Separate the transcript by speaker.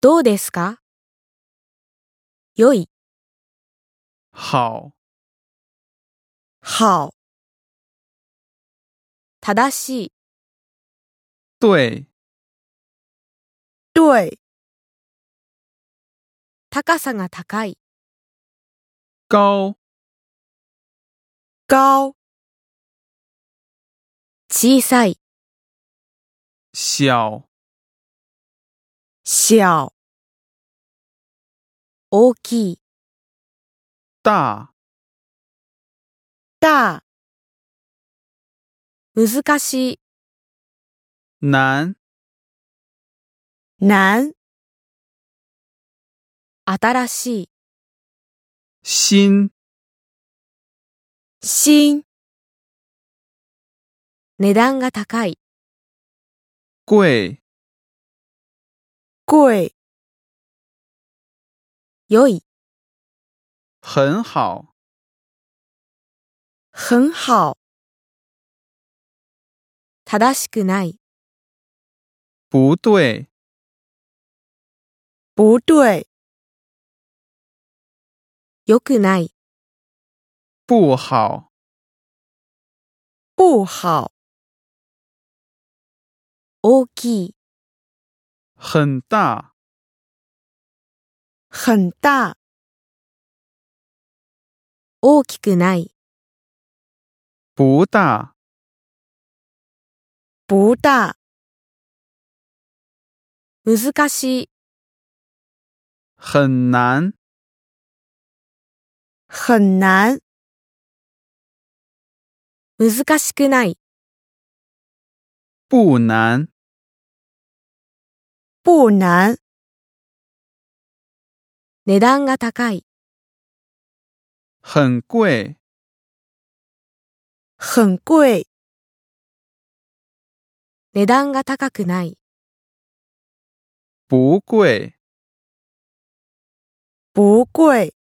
Speaker 1: どうですか良い、
Speaker 2: 好、
Speaker 1: 好。正しい、
Speaker 2: 对、
Speaker 1: 对。高さが高い、
Speaker 2: 高、
Speaker 1: 高。小さい、
Speaker 2: 小、
Speaker 1: 小。大きい、
Speaker 2: 大、
Speaker 1: 大。難しい、
Speaker 2: 难、
Speaker 1: 難。新し
Speaker 2: 新、
Speaker 1: い、新。値段が高い、
Speaker 2: 贵、
Speaker 1: 贵。良い、
Speaker 2: 很好、
Speaker 1: 很好。正しくない、
Speaker 2: 不对、
Speaker 1: 不对。良くない、
Speaker 2: 不好、
Speaker 1: 不好。大きい、
Speaker 2: 很大、
Speaker 1: 很大。大きくない、
Speaker 2: 不大、
Speaker 1: 不大。難しい、
Speaker 2: 很难、
Speaker 1: 很難。難しくない、
Speaker 2: 不难、
Speaker 1: 不難。値段が高い、
Speaker 2: 很贵、
Speaker 1: 很贵。値段が高くない、
Speaker 2: 不贵。
Speaker 1: 不贵。